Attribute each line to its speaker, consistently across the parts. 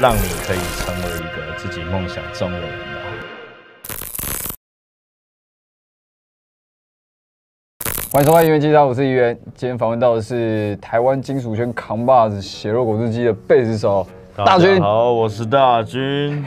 Speaker 1: 让你可以成为一个自己梦想中的人啊吧。
Speaker 2: 欢迎收看《一元介绍》，我是一元。今天访问到的是台湾金属圈扛把子血肉果汁机的贝斯手大军。
Speaker 1: 好，我是大军。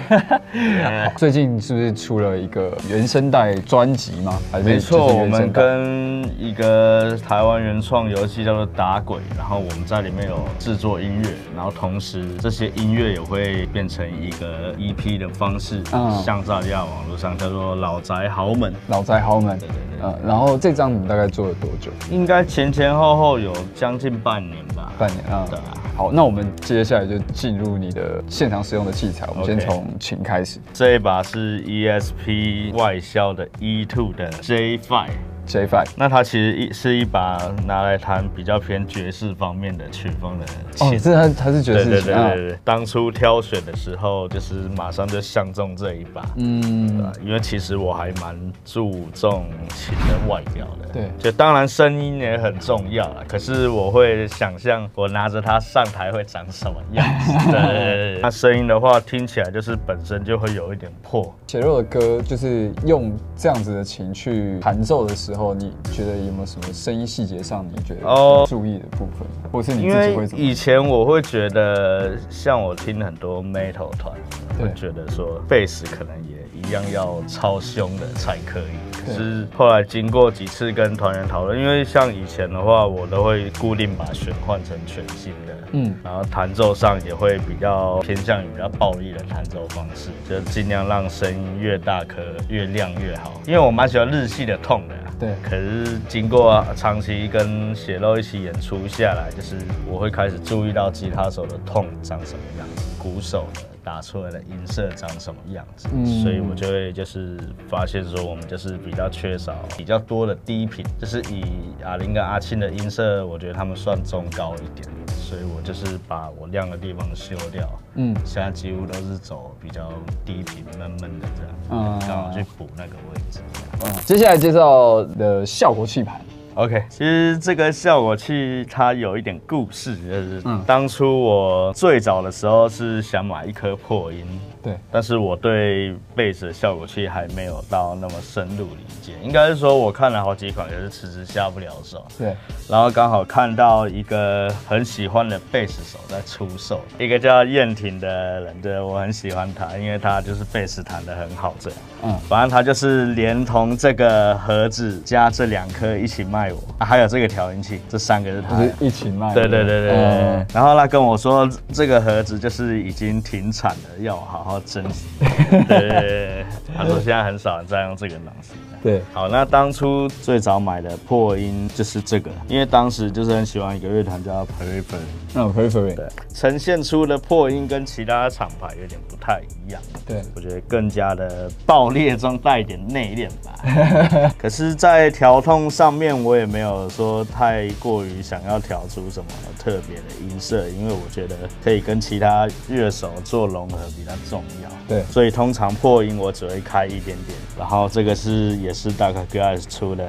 Speaker 2: 最近是不是出了一个原声带专辑吗？还是
Speaker 1: 没错，
Speaker 2: 就是
Speaker 1: 我
Speaker 2: 原声带
Speaker 1: 们跟一个台湾原创游戏叫做《打鬼》，然后我们在里面有制作音乐，然后同时这些音乐也会变成一个 EP 的方式，
Speaker 2: 嗯
Speaker 1: 像在大家网络上叫做“老宅豪门
Speaker 2: 老宅豪门。
Speaker 1: 对对对
Speaker 2: 嗯，然后这张你们大概做了多久？”，
Speaker 1: 应该前前后后有将近半年吧。
Speaker 2: 半年啊
Speaker 1: 对啊。
Speaker 2: 好，那我们接下来就进入你的现场使用的器材。我们先
Speaker 1: OK
Speaker 2: 从琴开始
Speaker 1: 这一把是 ESP 外销的 E Two 的 J Five。
Speaker 2: ，J Five。
Speaker 1: 那它其实一是一把拿来弹比较偏爵士方面的曲风的
Speaker 2: 哦
Speaker 1: 琴，。
Speaker 2: 这它它是爵
Speaker 1: 对
Speaker 2: 士
Speaker 1: 对
Speaker 2: 琴
Speaker 1: 对
Speaker 2: 啊
Speaker 1: 对。对，当初挑选的时候，就是马上就相中这一把，对
Speaker 2: 嗯，
Speaker 1: 吧因为其实我还蛮注重琴的外表的，
Speaker 2: 对
Speaker 1: 就当然声音也很重要啦，可是我会想象我拿着它上台会长什么样子， 对对对对，对那声音的话听起来就是本身就会有一点破，
Speaker 2: 血肉的歌就是用这样子的琴去弹奏的时候，你觉得有没有什么声音细节上你觉得要
Speaker 1: 哦
Speaker 2: 注意的部分，或是你
Speaker 1: 因
Speaker 2: 自己
Speaker 1: 为
Speaker 2: 会怎么？
Speaker 1: 以前我会觉得，像我听很多 metal 团，
Speaker 2: 对
Speaker 1: 会觉得说贝斯可能也一样要超凶的才可以。可
Speaker 2: 对
Speaker 1: 是后来经过几次跟团员讨论，因为像以前的话，我都会固定把弦换成全新的，
Speaker 2: 嗯
Speaker 1: 嗯，然后弹奏上也会比较偏向于比较暴力的弹奏方式，就尽量让声音越大颗、越亮越好。因为我蛮喜欢日系的痛的、啊，
Speaker 2: 对
Speaker 1: 可是经过啊长期跟血肉一起演出下来，就是我会开始注意到吉他手的痛长什么样子，鼓手的打出来的音色长什么样子，
Speaker 2: 嗯
Speaker 1: 所以我就会就是发现说我们就是比较缺少比较多的低频，就是以阿林跟阿庆的音色，我觉得他们算中高一点，所以我就是把我亮的地方修掉，
Speaker 2: 嗯
Speaker 1: 现在几乎都是走比较低频闷闷的这样，
Speaker 2: 嗯
Speaker 1: 刚好去补那个位置。
Speaker 2: 嗯，接下来介绍的效果器盘，
Speaker 1: OK，其实这个效果器它有一点故事，就是
Speaker 2: 嗯
Speaker 1: 当初我最早的时候是想买一颗破音，
Speaker 2: 对，
Speaker 1: 但是我对贝斯的效果器还没有到那么深入理解，应该是说我看了好几款，可是迟迟下不了手。
Speaker 2: 对，
Speaker 1: 然后刚好看到一个很喜欢的贝斯手在出售，一个叫燕婷的人，对我很喜欢他，因为他就是贝斯弹得很好这样。
Speaker 2: 嗯
Speaker 1: 嗯，反正他就是连同这个盒子加这两颗一起卖我，啊、还有这个调音器，这三个是
Speaker 2: 就
Speaker 1: 他的。
Speaker 2: 是一起卖。
Speaker 1: 哎对对对对对
Speaker 2: 嗯
Speaker 1: 对。然后他跟我说，这个盒子就是已经停产了，要我好好珍惜。对对对对对，他说现在很少人在用这个东西。
Speaker 2: 对，
Speaker 1: 好，那当初最早买的破音就是这个，因为当时就是很喜欢一个乐团叫 Periphery，
Speaker 2: 那我 prefer
Speaker 1: 对，呈现出的破音跟其他厂牌有点不太一样，
Speaker 2: 对，
Speaker 1: 我觉得更加的爆裂中带一点内敛吧。可是，在调痛上面，我也没有说太过于想要调出什么特别的音色，因为我觉得可以跟其他乐手做融合比较重要。
Speaker 2: 对
Speaker 1: 所以通常破音我只会开一点点。然后这个是也是大卡 guys 出的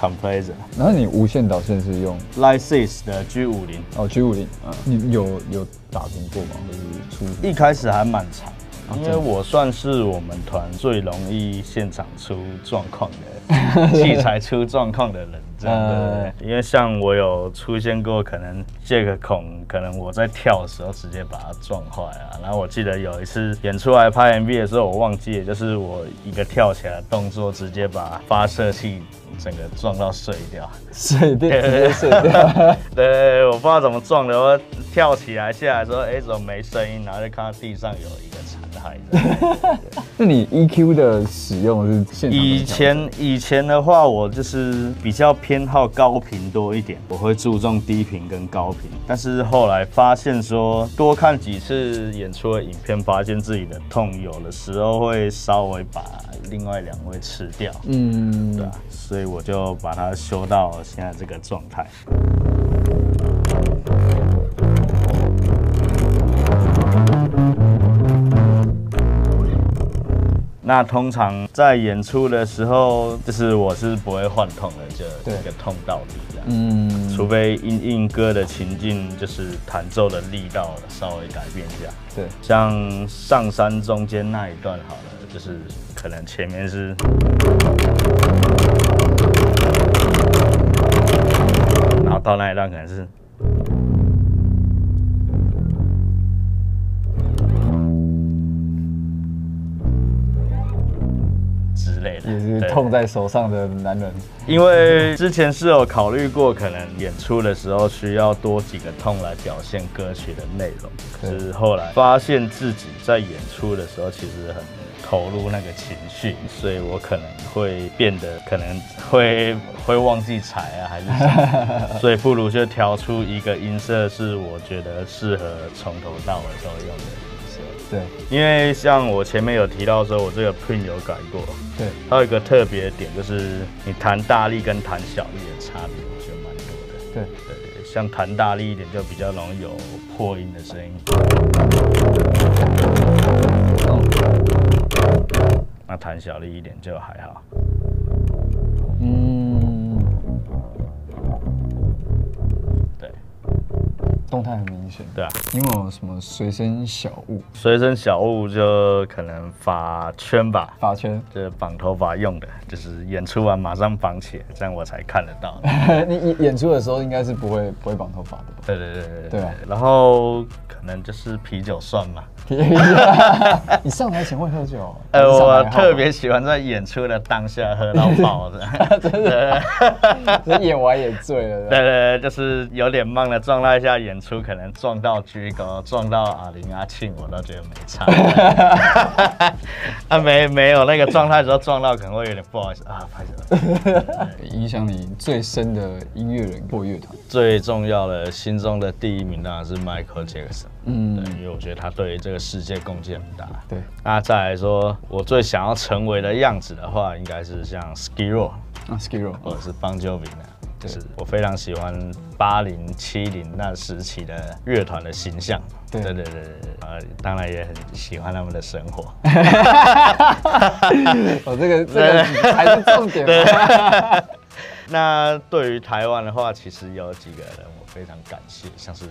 Speaker 1: Compressor
Speaker 2: 然后你无线导线是用
Speaker 1: Light Six 的 G 五零，
Speaker 2: 哦 G 五零，
Speaker 1: 嗯
Speaker 2: 你有有打听过吗？就是出
Speaker 1: 一开始还蛮长，
Speaker 2: 哦真
Speaker 1: 因为
Speaker 2: 的
Speaker 1: 我算是我们团最容易现场出状况 的器材出状况的人，真
Speaker 2: 呃
Speaker 1: 的。对因为像我有出现过，可能借个孔，可能我在跳的时候直接把它撞坏啊。然后我记得有一次演出来拍 MV 的时候，我忘记了，就是我一个跳起来的动作，直接把发射器整个撞到碎掉。
Speaker 2: 碎掉，直接碎 掉。
Speaker 1: 对，我不知道怎么撞的，我跳起来下来说，哎、怎么没声音？然后就看到地上有一个残骸这样。
Speaker 2: 那你 EQ 的使用是现场
Speaker 1: 以前以前的话，我就是比较偏好高频多一点，我会注重低频跟高频。但是后来发现说，多看几次演出的影片，发现自己的痛有的时候会稍微把另外两位吃掉，
Speaker 2: 嗯，
Speaker 1: 对啊，所以我就把它修到现在这个状态。那通常在演出的时候，就是我是不会换痛的，就
Speaker 2: 对
Speaker 1: 一个痛到底这样。
Speaker 2: 嗯，
Speaker 1: 除非因应歌的情境，就是弹奏的力道稍微改变一下。
Speaker 2: 对，
Speaker 1: 像上山中间那一段好了，就是可能前面是，然后到那一段可能是，之类的，
Speaker 2: 也是
Speaker 1: 对
Speaker 2: 痛在手上的男人。
Speaker 1: 因为之前是有考虑过，可能演出的时候需要多几个痛来表现歌曲的内容，可是后来发现自己在演出的时候其实很投入那个情绪，所以我可能会变得可能会会忘记踩啊，还是什么，所以不如就挑出一个音色是我觉得适合从头到尾都用的音色。
Speaker 2: 对
Speaker 1: 因为像我前面有提到说，我这个 print 有改过，
Speaker 2: 对，
Speaker 1: 还有一个特别的点就是，你弹大力跟弹小力的差别，我觉得蛮多的。
Speaker 2: 对，
Speaker 1: 对，像弹大力一点就比较容易有破音的声音。那弹小力一点就还好。
Speaker 2: 嗯，
Speaker 1: 对，
Speaker 2: 动态很明显。
Speaker 1: 对啊。
Speaker 2: 你有没有什么随身小物？
Speaker 1: 随身小物就可能发圈吧，
Speaker 2: 发圈？
Speaker 1: 就是绑头发用的，就是演出完马上绑起来，这样我才看得 到。
Speaker 2: 你演演出的时候应该是不会不会绑头发的吧？
Speaker 1: 对对对对对
Speaker 2: 对啊
Speaker 1: 然后可能就是啤酒蒜吧。
Speaker 2: 你上台前会喝酒哦？
Speaker 1: 呃，
Speaker 2: 你上
Speaker 1: 我
Speaker 2: 台后
Speaker 1: 特别喜欢在演出的当下喝到爆的， 对
Speaker 2: 就是演完也醉了。
Speaker 1: 对对，就是有点忙的状态下演出，可能撞到居哥、撞到阿林、阿庆，我都觉得没差。 啊，没没有那个状态的时候撞到，可能会有点不好意思啊，拍手。
Speaker 2: 影响你最深的音乐人或乐团，
Speaker 1: 最重要的，心中的第一名当然是 Michael Jackson，
Speaker 2: 嗯
Speaker 1: 对，因为我觉得他对这个世界贡献很大。
Speaker 2: 对，
Speaker 1: 那再来说，我最想要成为的样子的话，应该是像 Ski r o
Speaker 2: 啊 s k i r o
Speaker 1: 或者是邦乔比那样，就是我非常喜欢八零七零那时期的乐团的形象。
Speaker 2: 对
Speaker 1: 对对对对，呃，当然也很喜欢他们的生活。
Speaker 2: 哦，这个这个才是重点嘛。
Speaker 1: 那对于台湾的话，其实有几个人我非常感谢，像是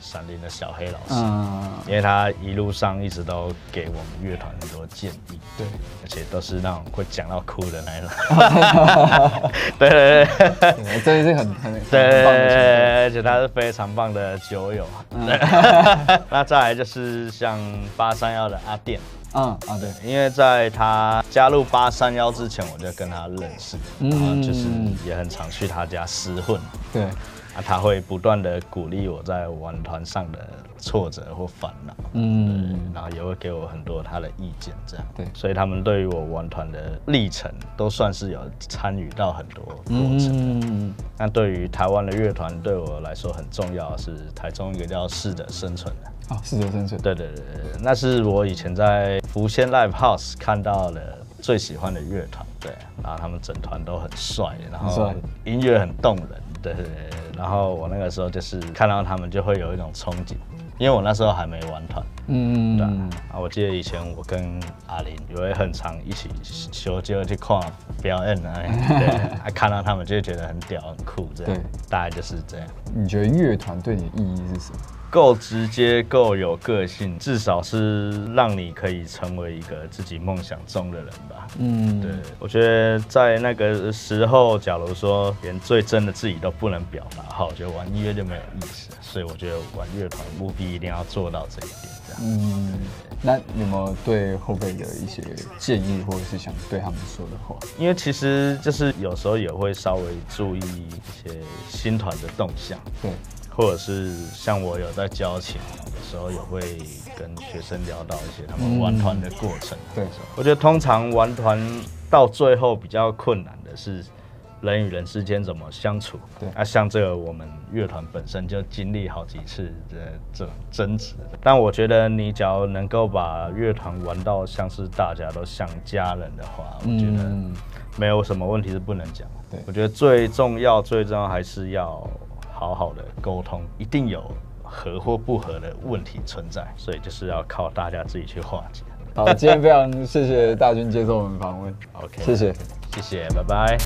Speaker 1: 闪灵的小黑老师，
Speaker 2: 嗯，
Speaker 1: 因为他一路上一直都给我们乐团很多建议。
Speaker 2: 对，
Speaker 1: 而且都是那种会讲到哭的那一种， 对对对对
Speaker 2: 嗯对真的是很很
Speaker 1: 对，
Speaker 2: 很棒的前辈。
Speaker 1: 而且他是非常棒的酒友。
Speaker 2: 嗯
Speaker 1: 对 那再来就是像八三幺的阿电，
Speaker 2: 嗯啊，对，
Speaker 1: 因为在他加入八三幺之前，我就跟他认识，
Speaker 2: 嗯
Speaker 1: 然后就是也很常去他家厮混。
Speaker 2: 对，
Speaker 1: 啊，他会不断的鼓励我在玩团上的挫折或烦恼，
Speaker 2: 嗯，
Speaker 1: 然后也会给我很多他的意见，这样。
Speaker 2: 对
Speaker 1: 所以他们对于我玩团的历程都算是有参与到很多过程。
Speaker 2: 嗯，
Speaker 1: 那对于台湾的乐团，对我来说很重要的是台中一个叫“适者生存”的。
Speaker 2: 啊，适者生存。
Speaker 1: 对对对对，对那是我以前在福仙 Live House 看到的最喜欢的乐团。对，然后他们整团都很帅，然后
Speaker 2: 很帅
Speaker 1: 音乐很动人。对对对，对然后我那个时候就是看到他们就会有一种憧憬，因为我那时候还没玩团。对啊
Speaker 2: 嗯，，
Speaker 1: 啊我记得以前我跟阿林也会很常一起修就去看表演 啊，对，啊看到他们就会觉得很屌很酷这样
Speaker 2: 对，
Speaker 1: 大概就是这样。
Speaker 2: 你觉得乐团对你的意义是什么？
Speaker 1: 够直接，够有个性，至少是让你可以成为一个自己梦想中的人吧。
Speaker 2: 嗯，
Speaker 1: 对，我觉得在那个时候，假如说连最真的自己都不能表达的话，我觉得玩音乐就没有意思。所以我觉得玩乐团务必一定要做到这一点，这样。
Speaker 2: 嗯，那你有没有对后辈的一些建议，或者是想对他们说的话？
Speaker 1: 因为其实就是有时候也会稍微注意一些新团的动向，
Speaker 2: 对，
Speaker 1: 或者是像我有在教琴，有时候也会跟学生聊到一些他们玩团的过程。
Speaker 2: 对，
Speaker 1: 我觉得通常玩团到最后比较困难的是人与人之间怎么相处。
Speaker 2: 对
Speaker 1: 啊，像这个我们乐团本身就经历好几次的这种争执，但我觉得你只要能够把乐团玩到像是大家都像家人的话，我觉得
Speaker 2: 嗯
Speaker 1: 没有什么问题是不能讲。
Speaker 2: 对
Speaker 1: 我觉得最重要最重要还是要好好的沟通，一定有合或不合的问题存在，所以就是要靠大家自己去化解。
Speaker 2: 好，今天非常谢谢大军接受我们访问，
Speaker 1: OK，
Speaker 2: 谢谢。
Speaker 1: 谢谢，拜拜。